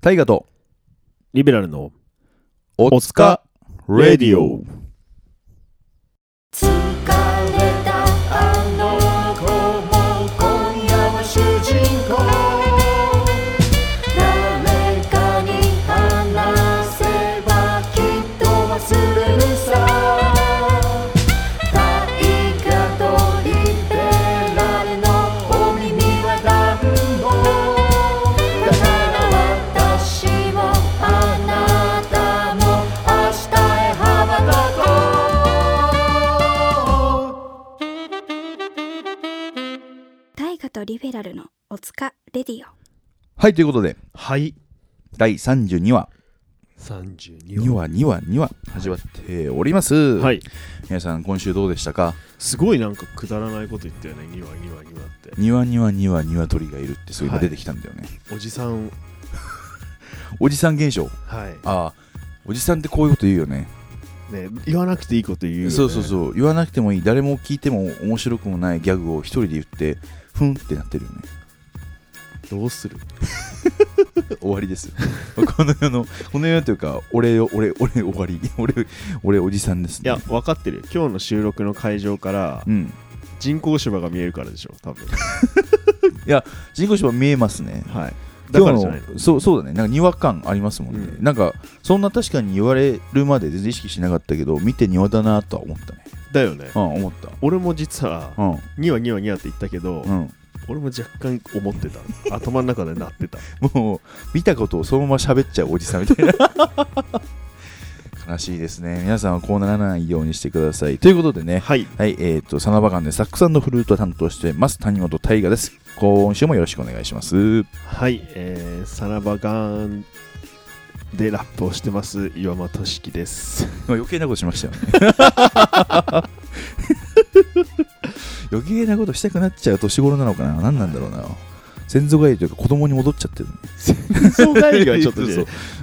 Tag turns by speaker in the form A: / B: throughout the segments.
A: 大河と
B: リベラルの
A: おつかレディオ。
C: 疲れたあの子も今夜は主人公誰かに話せばきっと忘れるさ大河とリベラルのお耳は暖房だから私もあなたも明日へ羽ばたこう
D: 大河とリベラルのおつかレディオ
A: はい、ということで、
B: はい
A: 第32話、2
B: 32
A: 話、2話、2話、始まっております。
B: はい
A: 皆さん、今週どうでしたか
B: すごいなんかくだらないこと言ったよね2話2話2話って
A: 2話、2話、2話、2話鳥がいるって、そういうの
B: はい
A: 出てきたんだよね。
B: おじさん
A: おじさん現象。
B: はい
A: ああ、おじさんってこういうこと言うよね。
B: ね言わなくていいこと言うよね
A: そうそう
B: う
A: そう、言わなくてもいい、誰も聞いても面白くもないギャグを一人で言って、ふんってなってるよね。
B: どうする
A: 終わりです。 この世の、この世のというか、俺、俺、俺、終わり。 俺、俺、おじさんです
B: い
A: ね。
B: や分かってるよ今日の収録の会場から
A: うん。
B: 人工芝が見えるからでしょ多分
A: 人工芝見えますね。
B: はいだ
A: 今日
B: から
A: の
B: じゃないの
A: そうそうだねなんかにわ感ありますもんね、
B: うん
A: なんかそんな確かに言われるまで全然意識しなかったけど見てにわだなとは思ったね
B: だよね
A: うん思った
B: 俺も実は
A: うん
B: 2話2話2話って言ったけど
A: うん
B: 俺も若干思って た頭の中で鳴ってた
A: もう見たことをそのまま喋っちゃうおじさんみたいな 悲しいですね皆さんはこうならないようにしてくださいということでね
B: はい
A: はいえっ、とサナバガンでサックさんのフルートを担当してます谷本大我です今週もよろしくお願いします
B: はい、えー、さらばガーンでラップをしてます岩間俊樹です。
A: まあ余計なことしましたよね 余計なことしたくなっちゃう年頃なのかな何なんだろうな先祖返りというか子供に戻っちゃってるね
B: そう帰りはちょっと
A: そ
B: ね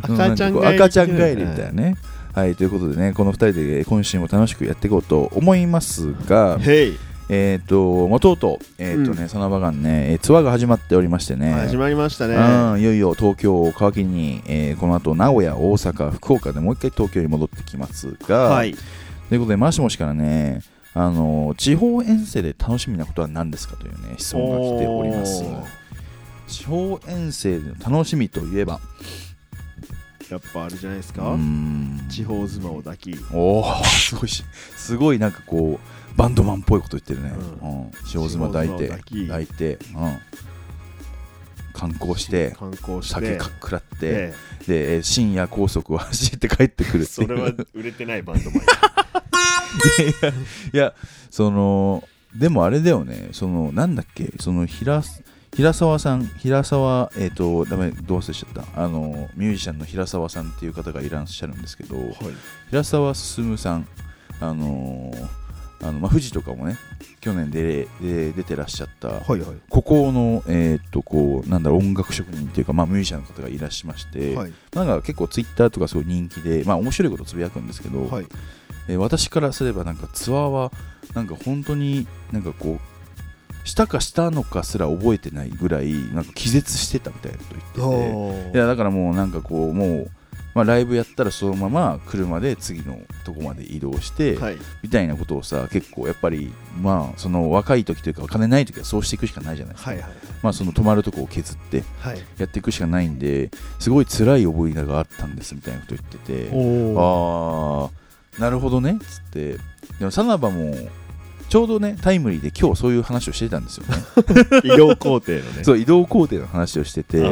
A: う、
B: 赤ちゃん
A: う
B: 帰り
A: 赤ちゃん帰りみたいなねはいということでねこの2人で今週も楽しくやっていこうと思いますが
B: へい、
A: えっ、と、まあ、とうとうえっ、とね、サナバガンねえーツアーが始まっておりましてね
B: 始まりましたね。
A: うん、いよいよ東京を皮切りに、えーこの後名古屋、大阪、福岡でもう一回東京に戻ってきますが、
B: はい、
A: ということで、マシモシからね、あの地方遠征で楽しみなことは何ですかというね質問が来ております。
B: おー
A: 地方遠征での楽しみといえば、
B: やっぱあれじゃないです
A: う
B: か
A: ー。ん
B: 地方妻を抱き、
A: おーすごいし、すごいなんかこう、バンドマンっぽいこと言ってるね。
B: う
A: うん地方妻抱いて、
B: 地方妻抱き
A: 抱いて、うん、観光して、
B: 観光して、
A: 酒かっくらって、
B: で
A: で、えー深夜高速を走って帰ってくる ってい。
B: そうれは売れてないバンドマン。
A: いやそのでもあれだよねそのなんだっけその平平沢さん平沢えっ、とダメどう忘れしちゃったあのミュージシャンの平沢さんっていう方がいらっしゃるんですけど
B: はい、
A: 平沢進さんあのーあのまあ、富士とかもね去年でで出てらっしゃった
B: はい、は
A: 孤高の、えー、とこうなんだろう音楽職人というか、まあ、ミュージシャンの方がいらっしゃいまして、
B: い、はい、
A: なんか結構ツイッターとかすごい人気で、まあ、面白いことつぶやくんですけど、
B: はい、
A: えー私からすればなんかツアーはなんか本当になんかこうしたかしたのかすら覚えてないぐらいなんか気絶してたみたいなこと言ってていやだからもうなんかこうもう、まあ、ライブやったらそのまま車で次のとこまで移動して、
B: はい、
A: みたいなことをさ結構やっぱりまあその若い時というかお金ない時はそうしていくしかないじゃないですか、
B: はい、はい、
A: まあその泊まるとこを削って
B: はい。
A: やっていくしかないんですごい辛い思い出があったんですみたいなこと言ってて
B: おお、
A: ああなるほどねっつってでもサナバもちょうどねタイムリーで今日そういう話をしてたんですよね
B: 移動工程のね。
A: そう移動工程の話をしてて
B: あ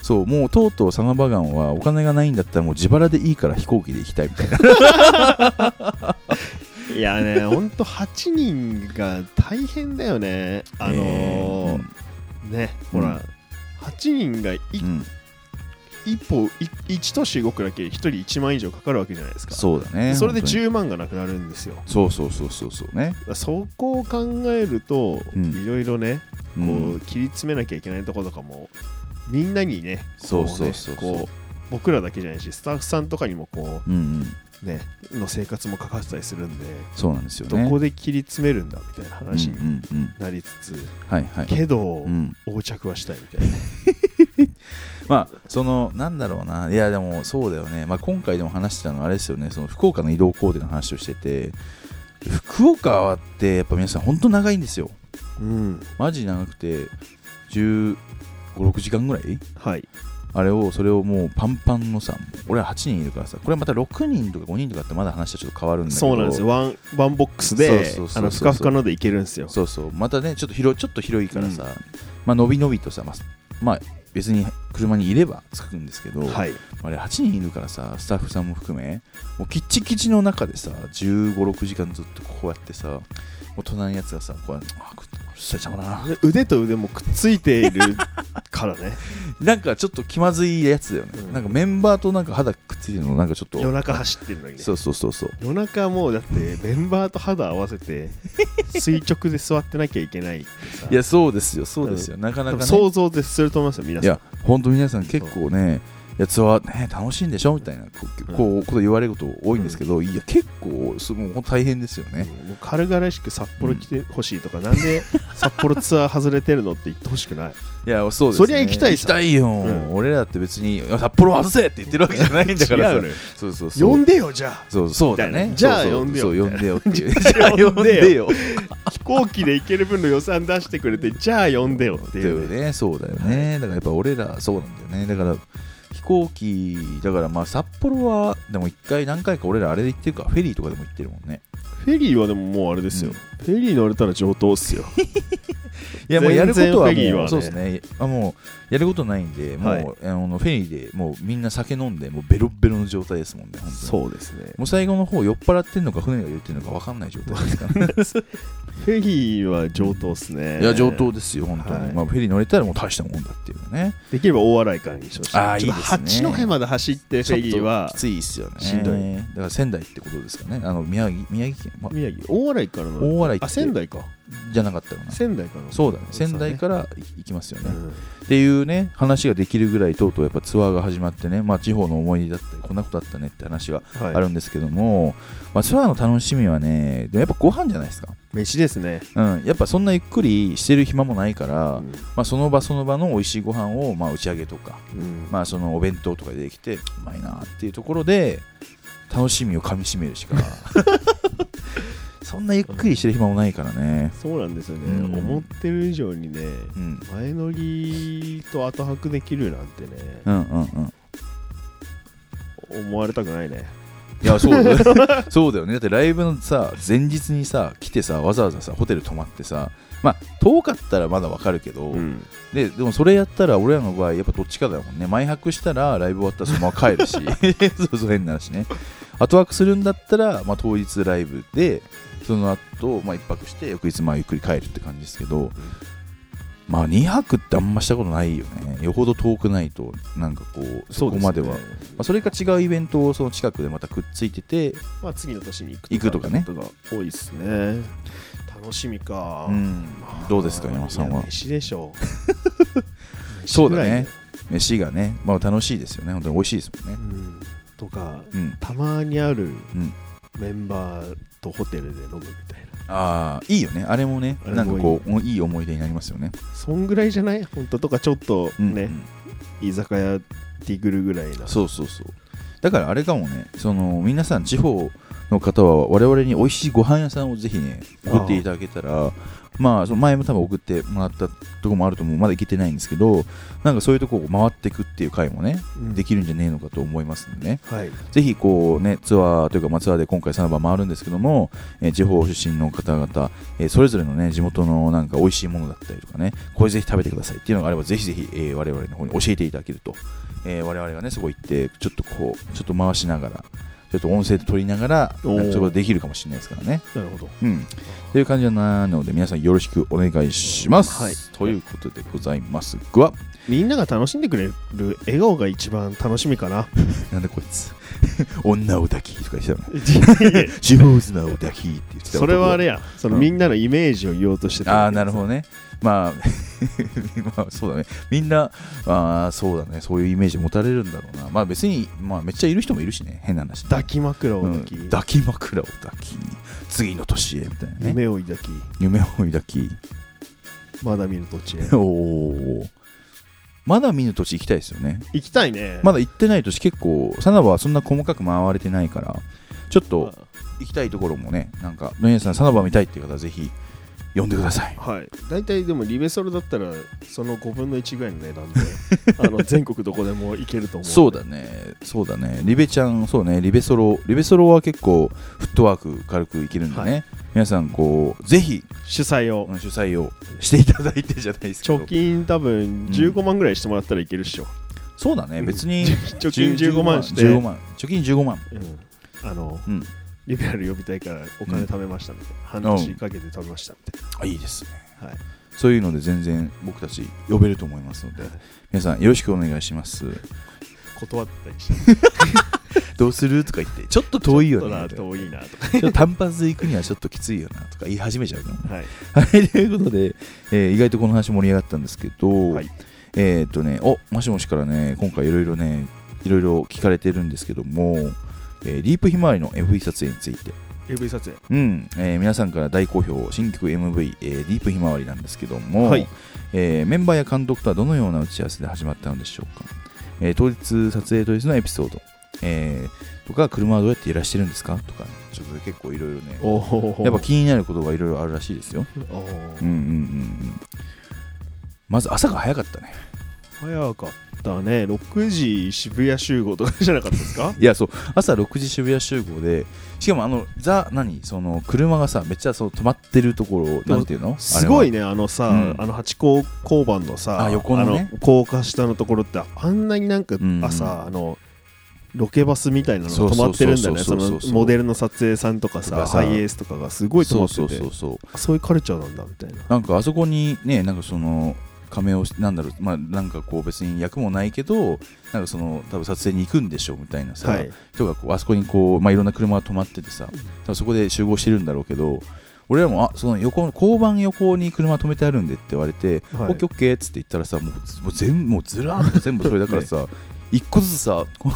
A: そうもうとうとうサナバガンはお金がないんだったらもう自腹でいいから飛行機で行きたいみたい な
B: ー いやね、本当8人が大変だよね。あのー
A: えー
B: ね、
A: うん
B: ほら、8人がい
A: うんうん
B: 一歩い1都市動くだけで1人1万以上かかるわけじゃないですか
A: そうだね
B: それで
A: 本当に
B: 10万がなくなるんですよだか
A: そうそうそうそうそうね、
B: らそこを考えると
A: うん
B: いろいろね
A: う
B: こ
A: ん
B: う切り詰めなきゃいけないところとかもみんなにね
A: そう
B: こね
A: そうそうそう
B: こう僕らだけじゃないしスタッフさんとかにもこ
A: うんうん、
B: うねの生活もかかってたりするんで
A: そうなんですよ
B: ど
A: ね
B: こで切り詰めるんだみたいな
A: うんう
B: 話に
A: んうん
B: なりつつ
A: はいはい
B: けど
A: うん
B: 横着はしたいみたいな
A: まあそのなんだろうないやでもそうだよね、まあ、今回でも話してたのはあれですよねその福岡の移動工程の話をしてて福岡はってやっぱ皆さん本当長いんですよ
B: うん
A: マジ長くて1 5 6時間ぐらい
B: はい
A: あれをそれをもうパンパンのさ俺は8人いるからさこれまた6人とか5人とかってまだ話はちょっと変わるんだけど
B: そうなんですよワンワンボックスで
A: そうそうそうそう
B: あのふかふかのでいけるんですよ
A: そうそうまたねちょっと広いちょっと広いからさ、まあのびのびとさまあまあ別に車にいれば着くんですけど、
B: はい
A: あれ8人いるからさスタッフさんも含めもうキッチキチの中でさ1 5 6時間ずっとこうやってさもう隣のやつがさこうやってあくっ捨てちゃうな
B: で腕と腕もくっついているか らね
A: なんかちょっと気まずいやつだよね、
B: うん
A: なんかメンバーとなんか肌くっついてるのなんかちょっと
B: 夜中走ってるのにね
A: そうそうそうそう
B: 夜中もうだってメンバーと肌合わせ て垂直で座ってなきゃいけないってさ
A: いやそうですよそうですよなかなか
B: 多
A: ね
B: 分想像ですると思いますよ皆
A: い
B: さん
A: や本当皆さん結構ねいやツアーね楽しいんでしょみたいなこうこうこと言われること多いんですけど、いや結構すもう大変ですよね、
B: もう軽々しく札幌来てほしいとか、なん で札幌ツアー外れてるのって言ってほしくない
A: いやそうです、ね、
B: そりゃ行きたい
A: 行き
B: さ
A: たいよ、
B: ん
A: 俺らって別にいや札幌外せって言ってるわけじゃないんだからさ
B: 違うのよ
A: そうそうそ
B: 呼
A: うん
B: でよじゃあ
A: そうそうだね
B: みたいな
A: そうそう
B: じゃあ呼んでよ
A: そう
B: み
A: 呼ん
B: たいな
A: でよっていう
B: じゃあ呼んで
A: よっ
B: 飛行機で行ける分の予算出してくれてじゃあ呼んでよって
A: て
B: い
A: いう
B: うね
A: ねそうだよねだからやっぱ俺らそうなんだよねだから飛行機だからまあ札幌はでも一回何回か俺らあれで行ってるかフェリーとかでも行ってるもんね
B: フェリーはでももうあれですよ、
A: うん
B: フェリー乗れたら上等っすよ
A: いやもうやることは
B: 全然フェリーは
A: もう
B: ね
A: そうですねあもうやることないんでもう、
B: はい
A: あのフェリーでもうみんな酒飲んでもうベロッベロの状態ですもんね本当に
B: そうですね
A: もう最後の方酔っ払ってんのか船が酔ってんのか分かんない状態ですから、ね、
B: フェリーは上等っすね
A: いや上等ですよ本当に、
B: はい
A: まあ、フェリー乗れたらもう大したもんだっていうね
B: できれば大洗からにしてほしい
A: あー
B: ちょっ
A: いい
B: と
A: ですね
B: 八戸まで走ってフェリー
A: ちょっ
B: は
A: ときついっすよね
B: しんどい
A: だから仙台ってことですかねあの宮城宮城県、まあ、
B: 宮城大洗からの
A: 大洗って
B: あ仙台か
A: じゃなかったかな
B: 仙台からの
A: そうだね
B: そうだね
A: 仙台から行行きますよね、
B: うん
A: っていうね話ができるぐらいとうとうやっぱツアーが始まってね、まあ、地方の思い出だったりこんなことあったねって話が
B: はい
A: あるんですけども、まあ、ツアーの楽しみはねでもやっぱご飯じゃないですか、
B: 飯ですね
A: うん、やっぱそんなゆっくりしてる暇もないから、
B: うん
A: まあ、その場その場の美味しいご飯をまあ打ち上げとか、
B: うん
A: まあ、そのお弁当とかでできてうまいなっていうところで楽しみをかみしめるし かそんなゆっくりしてる暇もないからね、
B: そうなんですよね、
A: うん
B: 思ってる以上にね
A: うん、
B: 前乗りと後泊できるなんてね、
A: うんうんうん
B: 思われたくないね
A: いやそうだ よそうだよねだってライブのさ前日にさ来てさわざわざさホテル泊まってさまあ遠かったらまだわかるけど、
B: ん
A: ででもそれやったら俺らの場合やっぱどっちかだもんね前泊したらライブ終わったらそのまま帰 るしそうそう変な話ね後泊するんだったら、まあ、当日ライブでその後、まあ一泊して翌日まあゆっくり帰るって感じですけど、まあ2泊ってあんましたことないよねよほど遠くないとなんかこうそこまでは
B: そうすね
A: まあ、それか違うイベントをその近くでまたくっついてて、
B: まあ、次の年に行く
A: 行くとかね
B: ことが多いですね楽しみか、
A: うん
B: まあ
A: どうですか山さん
B: い
A: は
B: や飯でしょ
A: そうだ
B: 飯
A: ね飯がね、まあ、楽しいですよね本当に美味しいですもんね
B: ぐらいうんとか
A: うん
B: たまにある
A: うん
B: メンバーとホテルで飲むみたいな、
A: ああいいよねあれもね
B: あれも
A: なんかこういい思い出になりますよね
B: そんぐらいじゃない本当とかちょっと
A: うん
B: ね、居酒屋ディグルぐらいな
A: そうそうそうだからあれかもねその皆さん地方の方は我々に美味しいご飯屋さんをぜひね送っていただけたらまあその前も多分送ってもらったとこもあると思うまだ行けてないんですけどなんかそういうとこを回っていくっていう回もね
B: うん
A: できるんじゃねえのかと思いますんでね
B: はい
A: ぜひこうねツアーというか、まあ、ツアーで今回サナバ回るんですけども、えー地方出身の方々、えーそれぞれのね地元のなんか美味しいものだったりとかねこれぜひ食べてくださいっていうのがあればぜひぜひ、えー我々の方に教えていただけると、えー我々がねそこ行ってちょっとこうちょっと回しながらちょっと音声で撮りながら
B: おー
A: なんかそういうことできるかもしれないですからね
B: なるほど
A: うんという感じなので皆さんよろしくお願いします、
B: はい
A: ということでございますが
B: みんなが楽しんでくれる笑顔が一番楽しみ かな
A: なんでこいつ 女を抱きとか言ってたの地方綱を抱きって言ってた
B: それはあれやその
A: うん
B: みんなのイメージを言おうとしてた
A: ああなるほどねまあまあ そうだねみんなあーそうだねそういうイメージ持たれるんだろうなまあ別に、まあ、めっちゃいる人もいるしね変な話ね
B: 抱き枕を
A: う
B: 抱
A: ん
B: き、
A: 抱き枕を抱き次の年へみたいなね
B: 夢を抱き
A: 夢を抱き
B: まだ見る途中
A: おおまだ見ぬ土地行きたいですよね
B: 行きたいね。
A: まだ行ってない土地結構サナバはそんな細かく回れてないからちょっと行きたいところもねなんか野家さんサナバ見たいっていう方はぜひ呼んでください
B: はい、大体でもリベソルだったらその5分の1ぐらいの値 段であの全国どこでも行けると思う
A: そうだねそうだねリベちゃんそうねリベソロリベソロは結構フットワーク軽くいけるんでね、
B: は
A: 皆さんこうぜひ
B: 主催を
A: この主催をしていただいてじゃないですけど
B: 貯金多分15万ぐらいしてもらったらいけるっしょ、
A: そうだね別に
B: 貯金15万して
A: 15万貯金15万
B: うんあの、
A: うん
B: リベラル呼びたいからお金貯めましたみたいな、半年かけて貯めましたみたい
A: あいいですね、
B: はい
A: そういうので全然僕たち呼べると思いますので皆さんよろしくお願いします
B: な断ったりして
A: どうするとか言ってちょっと遠いよ
B: ちょ
A: ね
B: っとな遠いなと
A: ちょっと単発で行くにはちょっときついよなとか言い始めちゃうから
B: か、はい、
A: はい、ということで、えー意外とこの話盛り上がったんですけど、
B: はい
A: えーっ、とね、おもしもしからね、今回いろいろね、いろいろ聞かれてるんですけども、えーリープひまわりの MV 撮影について、
B: AV 撮影
A: うんえー皆さんから大好評、新曲 MV、えーリープひまわりなんですけども、
B: はい
A: えーメンバーや監督とはどのような打ち合わせで始まったのでしょうか、えー当日、撮影当日のエピソード、えーとか、車はどうやっていらしてるんですかとか、ちょっと結構いろいろね、
B: おお
A: やっぱ気になることがいろいろあるらしいですよ。う
B: おー
A: んうんうんうんまず朝が早かったね
B: 早かったね6時渋谷集合とかじゃなかったですか
A: いやそう朝6時渋谷集合でしかもあのザ何その車がさめっちゃそう止まってるところ
B: で
A: な
B: も
A: んていうの
B: すごい
A: ね
B: ねあのさ、
A: うん
B: あの八甲交番のさ
A: あ横のね
B: あの高架下のところってあんなになんか
A: んうん
B: 朝、あのロケバスみたいなの
A: そう
B: が
A: そう
B: 止
A: そ
B: ま
A: う
B: ってるんだよね
A: そ
B: そう
A: そうそ
B: の
A: うそう
B: モデルの撮影さんとか
A: とか
B: さ
A: さ
B: ハイエースとかがすごい止ま
A: そ
B: っ
A: う
B: ててそ
A: そううそうそう
B: いうカルチャーなんだみたいな
A: なんかあそこにねなんかその仮面をしなんだろうまあなんかこう別に役もないけどなんかその多分撮影に行くんでしょうみたいなさ、
B: はい
A: 人がこうあそこにこう、まあ、いろんな車が止まっててさ多分そこで集合してるんだろうけど俺らもあその横の交番横に車止めてあるんでって言われて、
B: はい
A: オッケーオッケーっつって言ったらさもうずもう全もうずらーっと全部それだから さ、一個ずつさこ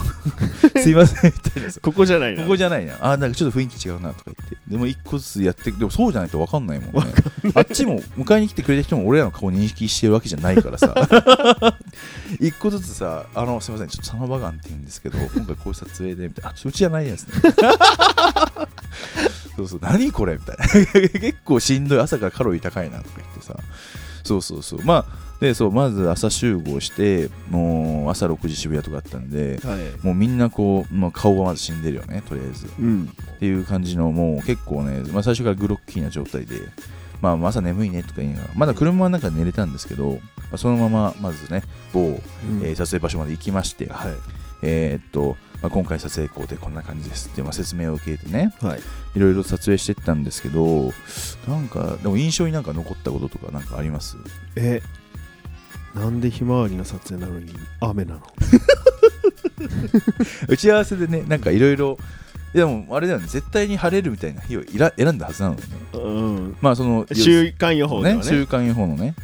A: う すいませんみたいなさ
B: ここじゃないな
A: ここじゃないなあーなんかちょっと雰囲気違うなとか言ってでも一個ずつやってでもそうじゃないと分かんないもんねあっちも迎えに来てくれた人も俺らの顔認識してるわけじゃないから さ一個ずつさあのすいませんちょっとサマバガンって言うんですけ ど今回こういう撮影でみたいなあうちじゃない やつねそうそう何これみたいな 結構しんどい朝からカロリー高いなとか言ってさそうそうそうまあでそうまず朝集合してもう朝6時渋谷とかあったんで
B: はい
A: もうみんなこう、まあ、顔がまず死んでるよねとりあえず
B: うん
A: っていう感じのもう結構ね、まあ、最初からグロッキーな状態で、まあ、朝眠いねとか言いながらまだ車の中で寝れたんですけど、まあ、そのまままずね某、えー撮影場所まで行きまして、
B: はい
A: えーっとまあ、今回撮影工程こんな感じですって、まあ、説明を受けてね
B: はい
A: いろいろ撮影してったんですけどなんかでも印象になんか残ったこととかなんかあります
B: えなんでひまわりの撮影なのに雨なの
A: 打ち合わせでねなんかいろいろでもあれだよね絶対に晴れるみたいな日をいら選んだはずなのよね
B: うん
A: まあその
B: 週間予報では
A: ね、
B: ね
A: 週間予報のね、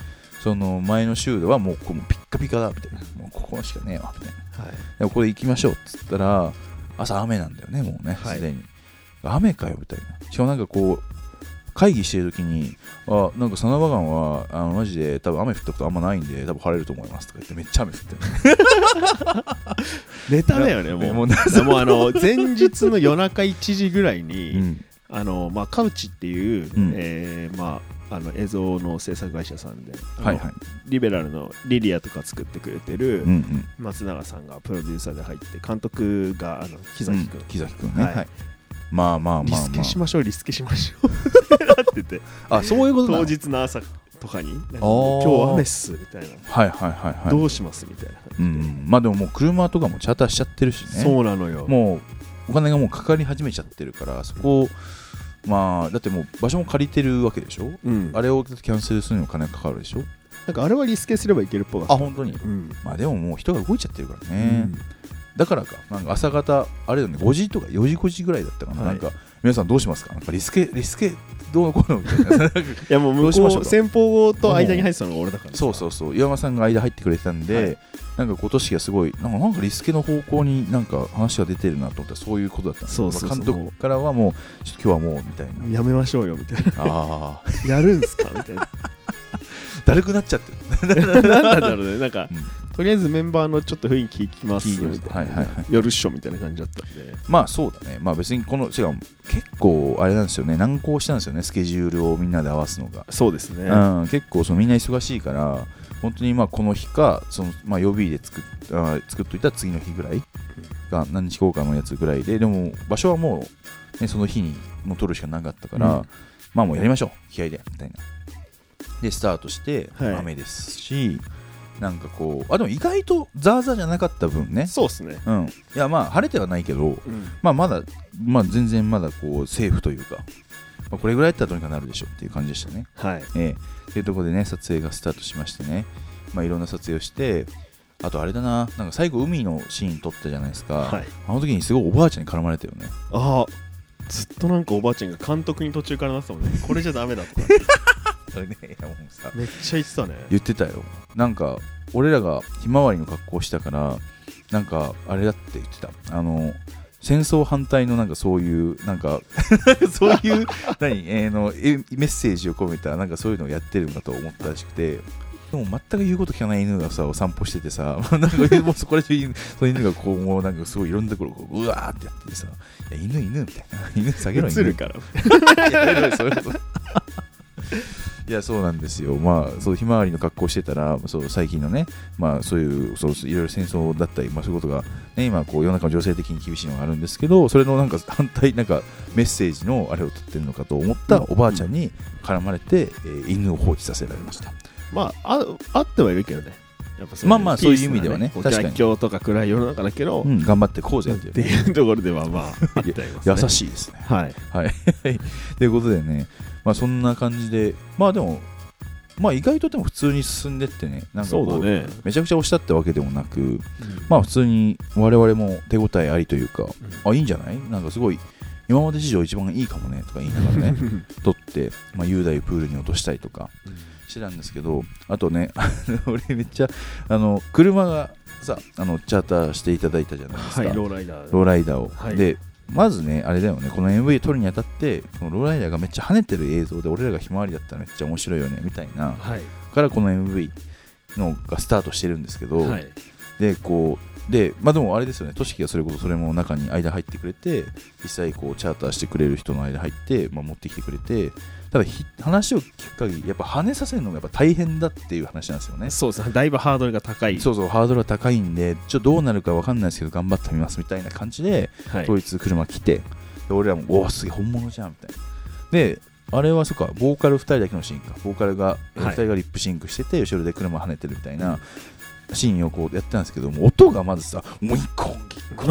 A: その前の週ではもうこうピッカピカだみたいな、もうここしかねえわみたいな、
B: はい
A: でもこれ行きましょうっつったら、朝雨なんだよね、もうね、
B: はい
A: すでに。雨かよみたいな。しかもなんかこう、会議してる時に、あなんかサナバガンはあのマジで多分雨降ったことあんまないんで、多分晴れると思いますとか言って、めっちゃ雨降ってる
B: ネタだよ ねも う
A: もう
B: だからもうあの前日の夜中1時ぐらいに、
A: うん
B: あのまあ、カウチっていう、
A: うん
B: えーまあ、あの映像の制作会社さんで、あの
A: はいはい。
B: リベラルのリリアとか作ってくれてる
A: うんうん。
B: 松永さんがプロデューサーで入って監督があの木
A: う
B: 崎
A: ん
B: 君、ん、
A: 木崎君ね。
B: はい
A: はいまあまあ
B: リ
A: まあ
B: ス
A: ま
B: ケしましょうリスケしましょうって言って
A: あ。あ、そういうことな
B: 当
A: の
B: 日の朝とかになんか
A: あー
B: 今日雨っすみたいな、
A: はいはいはいはい。
B: どうしますみたいな、
A: うんうん、まあでももう車とかもチャーターしちゃってるしね。
B: そうなのよ
A: もうお金がもうかかり始めちゃってるからそこをまあだってもう場所も借りてるわけでしょ
B: う、ん、あ
A: あれをキャンセルするのにも金がかかるでしょ
B: なんかあれはリスケすればいけるっぽかった
A: あ本当に
B: うん
A: まあでももう人が動いちゃってるから
B: う
A: ね、
B: ん
A: だからかなんか朝方あれだよね5時とか4時5時ぐらいだったかな,、
B: はい
A: なんか皆さんどうしますかなんかリスケリスケどうのこうのみたいな なんか
B: いやもう
A: ど
B: 向
A: うしましょ
B: こ
A: う
B: う
A: か
B: 先方と間に入ってたのが俺だから
A: そう
B: う
A: そうそう岩間さんが間入ってくれてたんで、
B: はい
A: なんか今年がすごいなんかなんかリスケの方向になんか話が出てるなと思ったらそういうことだったんで
B: そうそうそう
A: まあ監督からはもうちょっと今日はもうみたい な
B: やめましょうよみたいな
A: ああ
B: やるんすかみたいな
A: だるくなっちゃってる
B: なんなんだろうねなんか
A: うん
B: とりあえずメンバーのちょっと雰囲気聞きます
A: 聞いてま
B: み
A: した
B: たいな、
A: はいはいはい
B: 夜っしょみたいな感じだったんで
A: まあそうだね、まあ別にこの、違う、結構あれなんですよね、難航したんですよね、スケジュールをみんなで合わすのが。
B: そうですね、
A: うん、結構そのみんな忙しいから、本当にまあこの日か、そのまあ、予備で作っあー作っといた次の日ぐらいが、何日後かのやつぐらいで、でも場所はもう、ね、その日にもう取るしかなかったから、
B: うん
A: まあもうやりましょう、気合で、みたいな。で、スタートして、
B: はい
A: 雨ですし、なんかこう、あ、でも意外とザーザーじゃなかった分ね、
B: そうですね、
A: うん、いやまあ晴れてはないけど、
B: うん
A: まあまだ、まあ全然まだこうセーフというか、まあ、これぐらいだったらどうにかなるでしょっていう感じでしたね。
B: はい
A: ええ。というところでね、撮影がスタートしましてね、まあいろんな撮影をして、あとあれだな、なんか最後海のシーン撮ったじゃないですか、
B: はい
A: あの時にすごいおばあちゃんに絡まれたよね。
B: ああずっとなんかおばあちゃんが監督に途中からなってたもんねこれじゃダメだとか
A: それね、いやもうさ
B: めっちゃ言ってたね
A: 言ってたよ。なんか、俺らがひまわりの格好したから、なんかあれだって言ってた。あの戦争反対のなんかそういうなんか そういう何、 えーのえメッセージを込めたなんかそういうのをやってるんだと思ったらしくてでも全く言うこと聞かない犬がさお散歩しててさ なんかもうそこら中にその犬がこうもうなんかすごいいろんなところをこううわーってやっててさ「いや犬犬」みたいな「犬下げろ犬」
B: 映るから
A: いやいやそういうこといやそうなんですよ、まあ、そうひまわりの格好してたら、そう最近のね、まあ、そういうそういろいろ戦争だったり、まあ、そういうことが、ね、今こう、世の中の情勢的に厳しいのがあるんですけど、それのなんか反対、なんかメッセージのあれを取ってるのかと思ったおばあちゃんに絡まれて、えー犬を放置させられました。
B: まあああってはいるけどねやっぱそ
A: まあまあそういう意味ではね
B: ピースな
A: 確か
B: こ
A: に
B: う逆境とか暗い世の中だけど、
A: うん、頑張ってこうぜ
B: っ
A: っていう
B: ていうところで はまああってありますね
A: 優しいですね。
B: はい
A: はい。ということでね、まあそんな感じで、まあでも、まあ意外とでも普通に進んでってね、なんか
B: そ
A: こ
B: うだ
A: う、
B: ね、
A: めちゃくちゃ押したってわけでもなく、まあ普通に我々も手応えありというか、あ、いいんじゃないなんかすごい、今まで史上一番いいかもねとか言いながらね、 撮って、まあ雄大をプールに落としたりとかしてたんですけど、あとね、 あの俺めっちゃ、あの、車がさ、あの、チャーターしていただいたじゃないです
B: は
A: か。
B: いローライダー
A: ローライダーを、
B: はい
A: でまずねあれだよねこの MV 撮るにあたってこのローライダーがめっちゃ跳ねてる映像で俺らがひまわりだったらめっちゃ面白いよねみたいな
B: はい
A: からこの MV のがスタートしてるんですけど、
B: はい
A: でこうでまあでもあれですよねとしきがそれこそそれも中に間入ってくれて実際こうチャーターしてくれる人の間入って、まあ、持ってきてくれてただひ話を聞く限りやっぱ跳ねさせるのがやっぱ大変だっていう話なんですよね
B: そうですねだいぶハードルが高い
A: そうそうハードルが高いんでちょっとどうなるか分かんないですけど頑張ってみますみたいな感じで
B: はい
A: そいつ車来て、で俺らも、おお、すげえ、本物じゃんみたいな。で、あれはそっか、ボーカル2人だけのシーンか、ボーカルが、
B: はい
A: 2人がリップシンクしてて、後ろで車跳ねてるみたいなシーンをこうやってたんですけども、音がまずさ、もう一個、ゴギ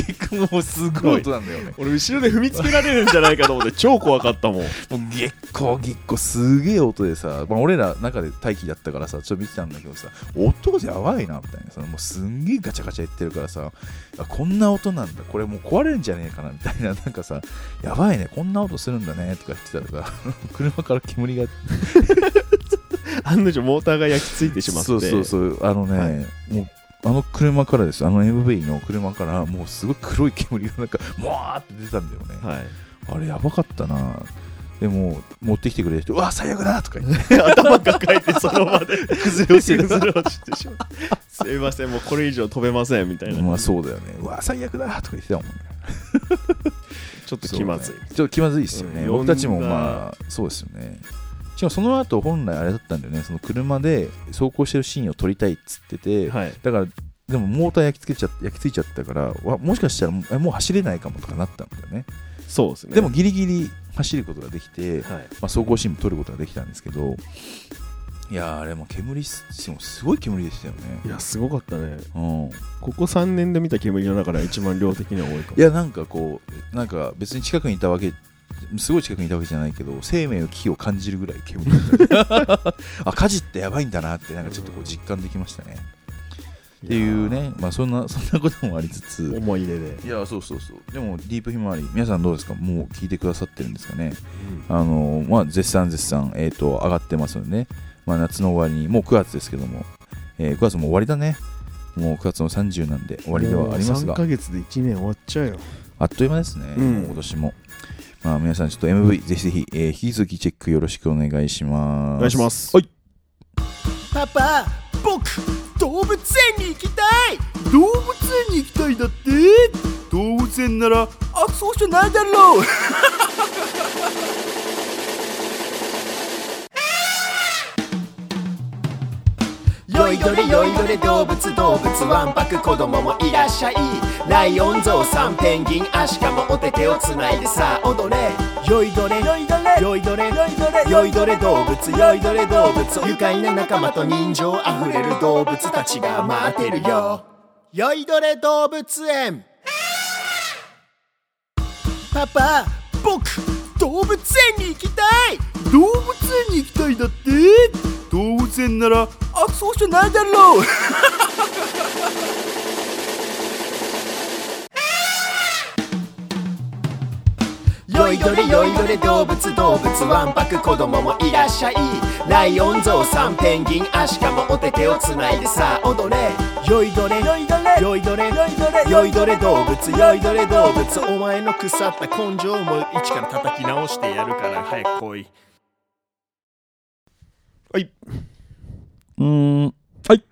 A: ック、もうすごい音なんだよね。
B: 俺後ろで踏みつけられるんじゃないかと思って 超怖かったもん
A: もうゲッコゲッコすげえ音でさ、まあ、俺ら中で待機だったからさちょっと見てたんだけどさ音やばいなみたいなさもうすんげえガチャガチャ言ってるからさあこんな音なんだこれもう壊れるんじゃねえかなみたいななんかさやばいねこんな音するんだねとか言ってたらさ 車から煙が
B: 案の定モーターが焼き付いてしまって
A: そうそうそうあのね、
B: はい
A: もうあの車からですあの MV の車からもうすごい黒い煙がなんかもわーって出たんだよね、
B: はい
A: あれやばかったなでも持ってきてくれる人うわ最悪だとか言って
B: 頭抱えてその場 で崩れ落
A: ちてる
B: ちてしまうすいませんもうこれ以上飛べませんみたいな、
A: まあそうだよね。うわ、最悪だとか言ってたもんね。
B: ちょっと気まずい、
A: そうねちょっと気まずいですよね。
B: うん
A: 僕たちも
B: 呼んだ
A: まあ、そうですよね。しかもその後本来あれだったんだよね。その車で走行してるシーンを撮りたいっつってて、
B: はい
A: だから、でもモーター焼き付けちゃ焼き付いちゃったからわもしかしたらえもう走れないかもとかなったんだよね
B: そうですね
A: でもギリギリ走ることができて、ま
B: はい
A: あ、走行シーンも撮ることができたんですけどいやーあれもう煙すもうすごい煙でしたよね
B: いやすごかったね
A: うん
B: ここ3年で見た煙の中では一番量的には多いかも
A: いやなんかこうなんか別に近くにいたわけすごい近くにいたわけじゃないけど生命の危機を感じるぐらい煙 があ火事ってやばいんだなってなんかちょっとこう実感できましたねっていうねまあそんな そんなこともありつ
B: いや
A: つ
B: 思い出で、
A: いやそうそうそうでもディープひまわり皆さんどうですかもう聞いてくださってるんですかねあのまあ絶賛絶賛えっ、と上がってますのでね、まあ、夏の終わりにもう9月ですけども、え9月も終わりだねもう9月の30なんで終わりではあります
B: もう3
A: が
B: ヶ月で1年終わっちゃうよ
A: あっという間ですね、
B: うん
A: 今年も。まあ、皆さん、ちょっと MV、ぜひぜひ、えー引き続きチェックよろしくお願いします。
B: お願いします
A: はい。
E: パパ僕動物物園に行きたい動物園に行きたいだって動物園ならあそうじゃないだろう よいどれよいどれ動物動物わんぱく子供もいらっしゃいライオンゾウさんペンギンアシカもお手手をつないでさあ踊れよいどれよいどれよいどれよいどれよいどれ動物よいどれ動物愉快な仲間と人情あふれる動物たちが待ってるよよいどれ動物園パパ僕動物園に行きたい動物園に行きたいだって動物園ならあそうじゃない だろうよいどれよいどれ動物動物わんぱく子供もいらっしゃいライオンゾウさんペンギンアシカもお手手をつないでさあ踊れよいどれよいどれよいどれよいどれよいどれ動物よいどれ動物お前の腐った根性も一から叩き直してやるから早く来い
B: はい。
A: うーんはい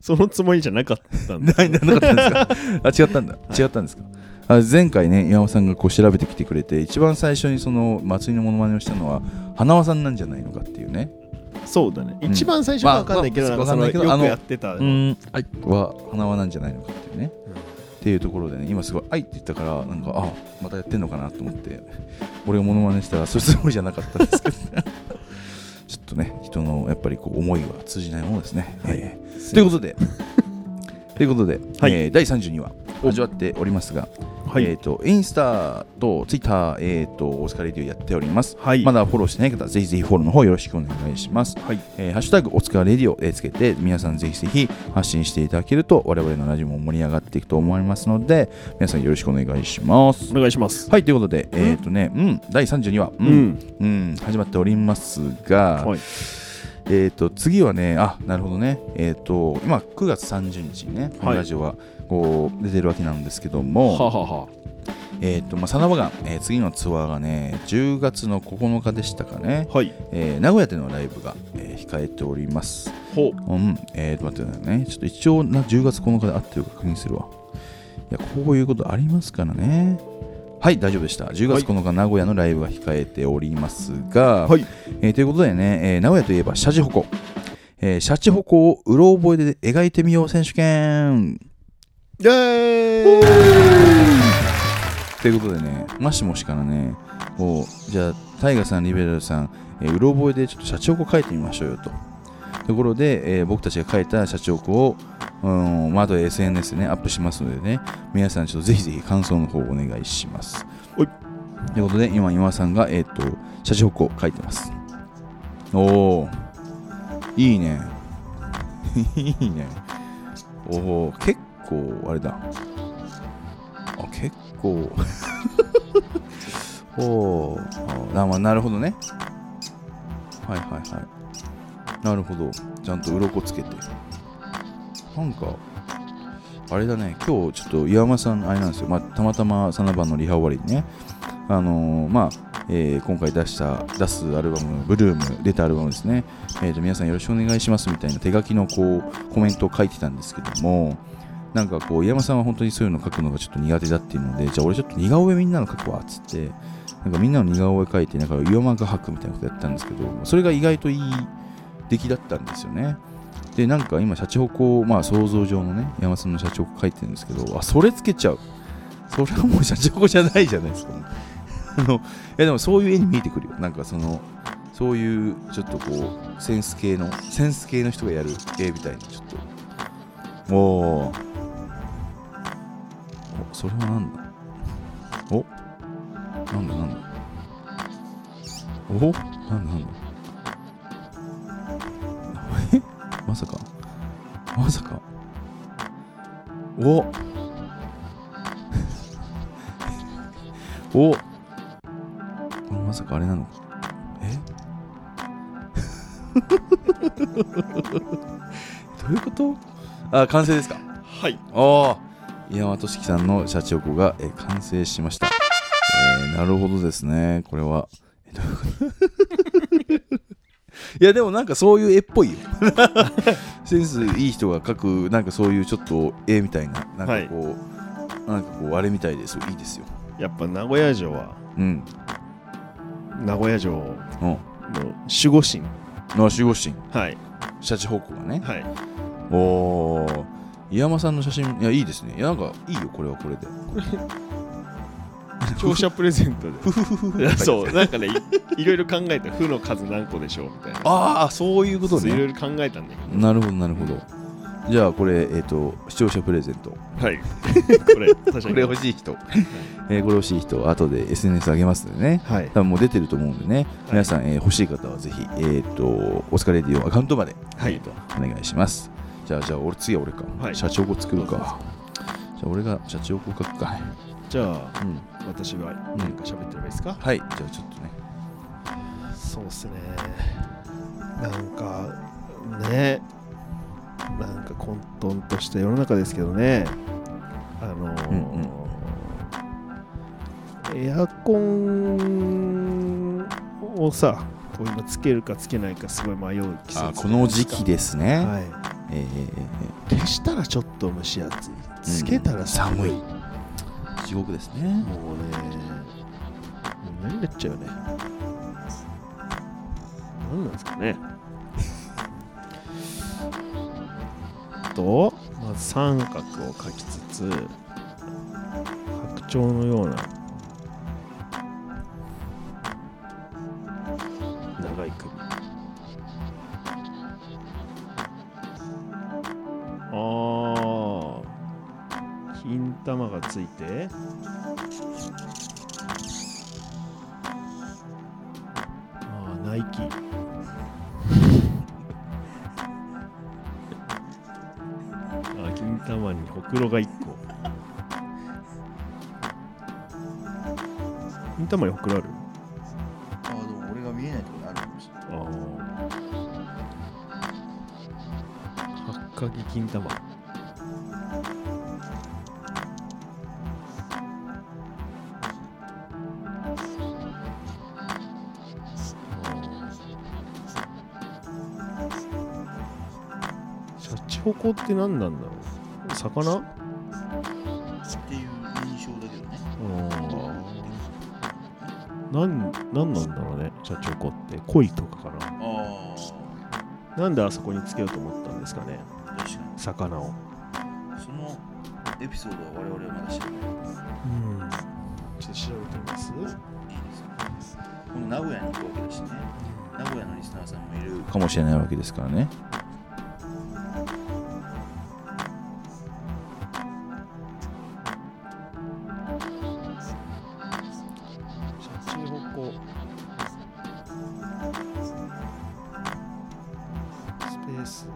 B: そのつもりじゃなかったんだ。
A: ないななかったんですかあ違ったんだ違ったんですか、あ前回ね岩尾さんがこう調べてきてくれて一番最初にその祭りのモノマネをしたのは花輪さんなんじゃないのかっていうね
B: そうだね。
A: ん
B: 一番最初はわかんないけど、
A: まあ
B: なんかその
A: わかんないけどあ
B: よ
A: の
B: くやってた。
A: んはいは花輪なんじゃないのかっていうね、っていうところでね今すごい「はい」って言ったからなんかあまたやってんのかなと思って俺がモノマネしたらそれつもりじゃなかったんですけど ちょっとね人のやっぱりこう思いは通じないものですね、
B: はい
A: ええということでということで、
B: はい
A: えー第32話味わっておりますが、
B: は
A: えっ、
B: い。
A: と、インスタとツイッター、えっ、と、オスカレディオやっております。
B: はい
A: まだフォローしてない方、ぜひぜひフォローの方よろしくお願いします。
B: はい。
A: えーハッシュタグ、オスカレディオ、えーつけて、皆さんぜひぜひ発信していただけると、我々のラジオも盛り上がっていくと思いますので、皆さんよろしくお願いします
B: お。願いします。
A: はい、ということで、えっ、とね、うん、第32話、う、
B: うんん。
A: うん、始まっておりますが、
B: はい。
A: えー、と次はね、あなるほどね、えー、と今、9月30日にね、この
B: はい
A: ラジオはこう出てるわけなんですけども、
B: ははは。
A: えーとまあ、サナバガン、えー次のツアーがね10月の9日でしたかね、
B: はい。
A: えー名古屋でのライブが、えー控えております、
B: ほう。
A: うんえーと待ってくださいねちょっと一応な10月9日で合ってるか確認するわいやこういうことありますからねはい大丈夫でした10月9日、名古屋のライブが控えておりますが、
B: はい。
A: えーということでね、えー名古屋といえばシャチホコ、えーシャチホコをうろ覚えで描いてみよう選手権
B: イェ
A: ということでね、もしもしからね、こうじゃあ、タイガさん、リベラルさん、えーうろ覚えでちょっと社長を書いてみましょうよと。ところで、えー僕たちが書いた社長を、うん、まだ SNS でね、アップしますのでね、皆さん、ちょっとぜひぜひ感想の方お願いします。
B: はい
A: ということで、今、今さんが、えーっと、社長を書いてます。おー、いいね。 いいね。おお、結構、あれだ。あ、結構。おーあな、まあ、なるほどねはいはいはいなるほどちゃんと鱗つけてなんかあれだね今日ちょっと岩間さんあれなんですよ、まあ、たまたまサナバのリハ終わりにねあのーまあ、えー今回出した出すアルバムブルーム出たアルバムですね、えー、と皆さんよろしくお願いしますみたいな手書きのこうコメントを書いてたんですけどもなんかこう、岩間さんは本当にそういうの書くのがちょっと苦手だっていうので、じゃあ俺ちょっと似顔絵みんなの書くわっつって、なんかみんなの似顔絵描いて、なんか岩間が吐くみたいなことやったんですけど、それが意外といい出来だったんですよね。で、なんか今、シャチホコ、まあ想像上のね、山さんのシャチホコ書いてるんですけど、あ、それつけちゃう。それはもうシャチホコじゃないじゃないですか、 あの、いやでもそういう絵に見えてくるよ。なんかその、そういうちょっとこう、センス系の、センス系の人がやる絵みたいな、ちょっと。おー。おそれはなんだおなんだなんだおなんだなんだえまさかまさかお おこれまさかあれなのかえ どういうことあ完成ですか
B: はい。
A: おお岩間俊樹さんのシャチホコが、えー完成しました、えーなるほどですねこれはえどういうこと いやでもなんかそういう絵っぽいよセンスいい人が描くなんかそういうちょっと絵みたいななんかこう、なんかこうあれみたいですよいいですよ
B: やっぱ名古屋城は
A: うん
B: 名古屋城の
A: うん
B: 守護神
A: の守護神
B: はい
A: シャチホコがね
B: はい
A: おお井山さんの写真いやいいですねいやなんかいいよこれはこれで
B: 聴者プレゼントでいや そうなんかねいいろいろ考えた負の数何個でしょうみたいな
A: ああそういうこと
B: そういろ
A: ね
B: いろ考えたんだけ
A: なるほどなるほどじゃあこれえっ、と視聴者プレゼント
B: どはい これ確か
A: これ欲しい人、 えーこれ欲しい人後で SNS 上げますんでね
B: はい
A: 多分もう出てると思うんでね、皆さん、えー欲しい方はぜひ、えー、とオスカレディオアカウントまで、
B: はい
A: えーとお願いしますじゃあじゃあ俺次は俺か、
B: はい
A: 社長を作るかじゃあ俺が社長を書くか、
B: じゃあ
A: うん、
B: 私は何か喋ってればいいですか
A: はいじゃあちょっとね
B: そうっすねなんかねなんか混沌とした世の中ですけどねあのーエアコンをさこう今つけるかつけないかすごい迷う季節
A: あこの時期ですね、
B: は
A: えー
B: い、消したらちょっと蒸し暑いつけたら寒い、
A: うん地獄ですね
B: もうねもう何になっちゃうね何なんですかね と、まあ、三角を描きつつ白鳥のような長い首ああ金玉がついてああナイキあ金玉にほくろが1個金玉にほくろある
F: あでも俺が見えないところにあるかもしれない
B: ああ八掛け金玉シャチホコって何なんだろう魚あ
F: っていう印象だけどね
B: あなんなんなんだろうねシャチホコって鯉とかかな
F: あ
B: なんであそこにつけようと思ったんですかね
F: あ確か
B: 魚を
F: にそのエピソードは我々はまだ知らない
B: うんちょっと調べてみます
F: いいですねこの名古屋に行くわけだしね名古屋のリスナーさんもいる
A: かもしれないわけですからね
B: シャチホコスペース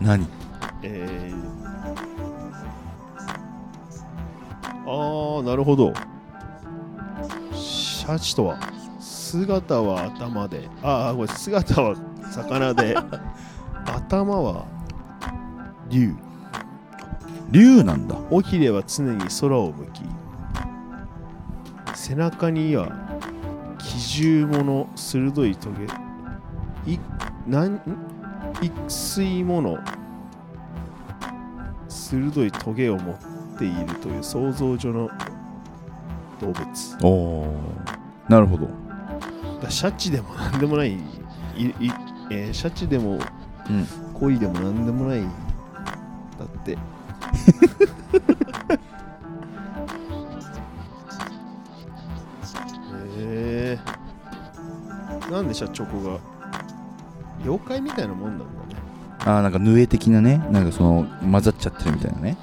A: 何
B: えー、あーなるほどシャチとは姿は頭でああこれ姿は魚で 頭は竜
A: 竜なんだ
B: 尾ひれは常に空を向き背中には奇獣物鋭いトゲいなんん一水物鋭いトゲを持っているという想像上の動物
A: おおなるほど
B: だシャチでもなんでもないいい、えーシャチでも
A: うん
B: 恋でもなんでもないだってへえー、なんでシャチョコが妖怪みたいなもんなんだね、
A: あーなんか縫え的なねなんかその混ざっちゃってるみたいなね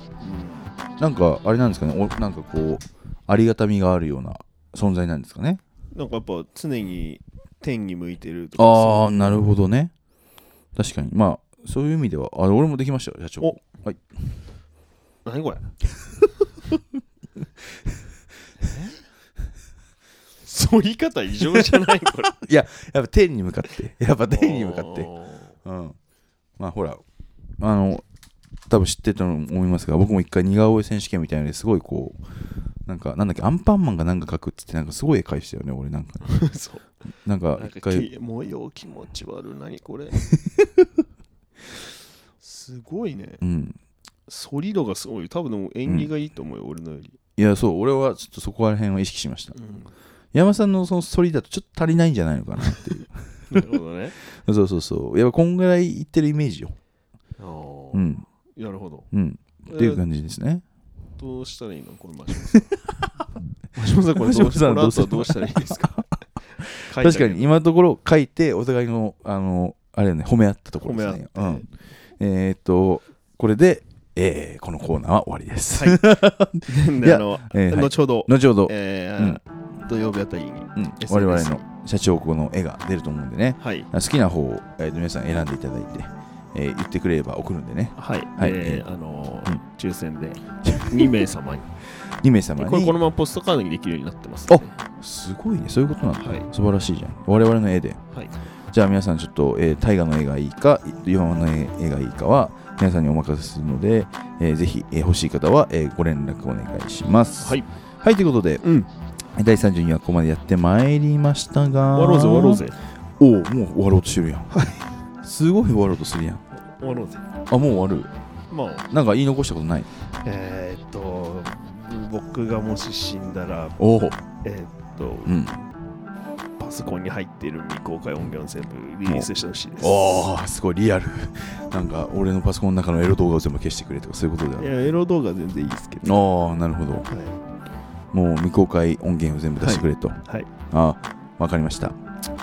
A: なんかあれなんですかねおなんかこうありがたみがあるような存在なんですかね
B: なんかやっぱ常に天に向いてるとか
A: ああなるほどね確かにまあそういう意味ではあ俺もできましたよ社長
B: お
A: はい
B: そう何これ そう言い方異常じゃない これ
A: いややっぱ天に向かって やっぱ天に向かって
B: おー
A: うんまあほらあの多分知ってたと思いますが僕も一回似顔絵選手権みたいなのですごいこうなんかなんだっけアンパンマンがなんか描くっつってなんかすごい絵描いてたよね俺なんか
B: そう
A: なんか
B: なん
A: 一
B: か
A: 回
B: き模様気持ち悪い何これすごいね
A: うん
B: 反り度がすごい多分でも縁起がいいと思うよ、俺のより、
A: いやそう俺はちょっとそこら辺は意識しました
B: うん、
A: 山さんのその反りだとちょっと足りないんじゃないの かなってい
B: なるほどね
A: うそうそうそうやっぱこんぐらいいってるイメージよう
B: あー
A: ん
B: なるほど
A: うんっていう感じですね
B: どうしたらいいのこれマシモ さんマシモさんこれどうし
A: マシモさん
B: この後は
A: ど
B: ど
A: う
B: う
A: す
B: し
A: る
B: たらいい ですか書いてある
A: 確かに今のところ書いてお互いのあのあれよね褒め合ったところですね
B: 褒め合っ
A: うん、えーっとこれで、えーこのコーナーは終わりです、
B: はいで
A: いや
B: あの、
A: えーはい
B: 後ほど、
A: 後ほど、
B: え
A: う
B: ー
A: ん
B: 土曜日あたりに
A: うん、
B: SNS
A: 我々のシャチホコの絵が出ると思うんでね
B: はい
A: 好きな方を、えーと皆さん選んでいただいて、えー言ってくれれば送るんでね
B: はい、
A: はい
B: え
A: え
B: ーあの
A: うん
B: ー抽選 で2名様に
A: 2名様に
B: これこのままポストカードにできるようになってますので、
A: すごいねそういうことなんだ、
B: はい
A: 素晴らしいじゃん我々の絵で
B: はい、
A: じゃあ皆さんちょっと、えー、大河の絵がいいか岩間の絵がいいかは皆さんにお任せするので、えーぜひ、えー欲しい方は、えーご連絡お願いします
B: はい、
A: はいということで
B: うん
A: 第32話ここまでやってまいりましたが
B: 終わろうぜ終わろうぜ
A: おおもう終わろうとしてるやん すごい終わろうとするやん
B: 終わろうぜ
A: あもう終わる
B: まあ
A: なんか言い残したことない
B: えーっと僕がもし死んだら
A: おお
B: えーっと
A: うん
B: パソコンに入っている未公開音源を全部リリースしてほしいです
A: おーすごいリアルなんか俺のパソコンの中のエロ動画を全部消してくれとかそういうことであ
B: い
A: る
B: やエロ動画全然いいですけど
A: ああなるほど
B: は
A: もう未公開音源を全部出してくれと、
B: い、はい、
A: ああわかりました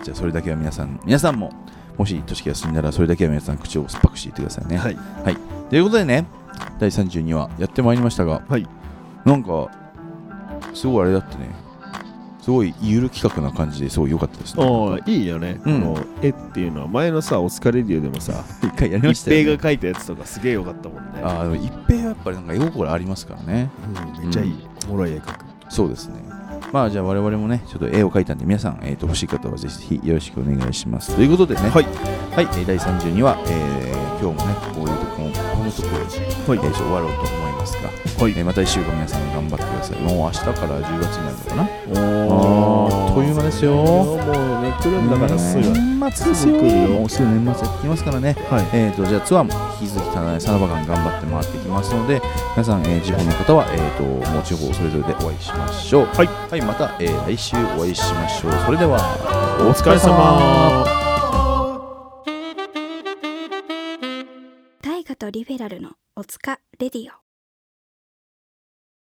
A: じゃあそれだけは皆さん皆さんももし俊樹が死んだらそれだけは皆さん口を酸っぱくしていってくださいね、
B: はい
A: ということでね第32話やってまいりましたが、
B: はい
A: なんかすごいあれだってねすごいゆる企画な感じですごい良かったですね
B: おーいいよね、
A: うん
B: この絵っていうのは前のさ「お疲れディオ」でもさ
A: 一回やりまし
B: 一
A: たよ、
B: 平
A: ね、
B: が書いたやつとかすげえよかったもんね
A: ああでも一平はやっぱりなんか絵心ありますからね
B: うんめっちゃいい、おもろい絵描く
A: そうですね。まあじゃあ我々もね、ちょっと絵を描いたんで、皆さん、えー、と欲しい方はぜひよろしくお願いします。ということでね、はい、はいえー第32話、えー今日もね、こういうとここのところで、
B: はい
A: えー終わろうと思いますが、
B: はい
A: えーまた1週間皆さん頑張ってください。もう明日から10月になるのかな。
B: お
A: あーあっという間ですよ
B: もうね来るんだからすぐ
A: ね年末ですよ。
B: すぐ来るよ
A: もうすぐ年末やってきますからね。
B: はい
A: えー、とじゃあツアーも引き続きただねさらば館頑張って回ってきますので皆さん、えー地方の方は、えー、ともう地方それぞれでお会いしましょうはい、また、えー来週お会いしましょうそれではお疲れ様
D: 大河とリベラルのおつかレディオ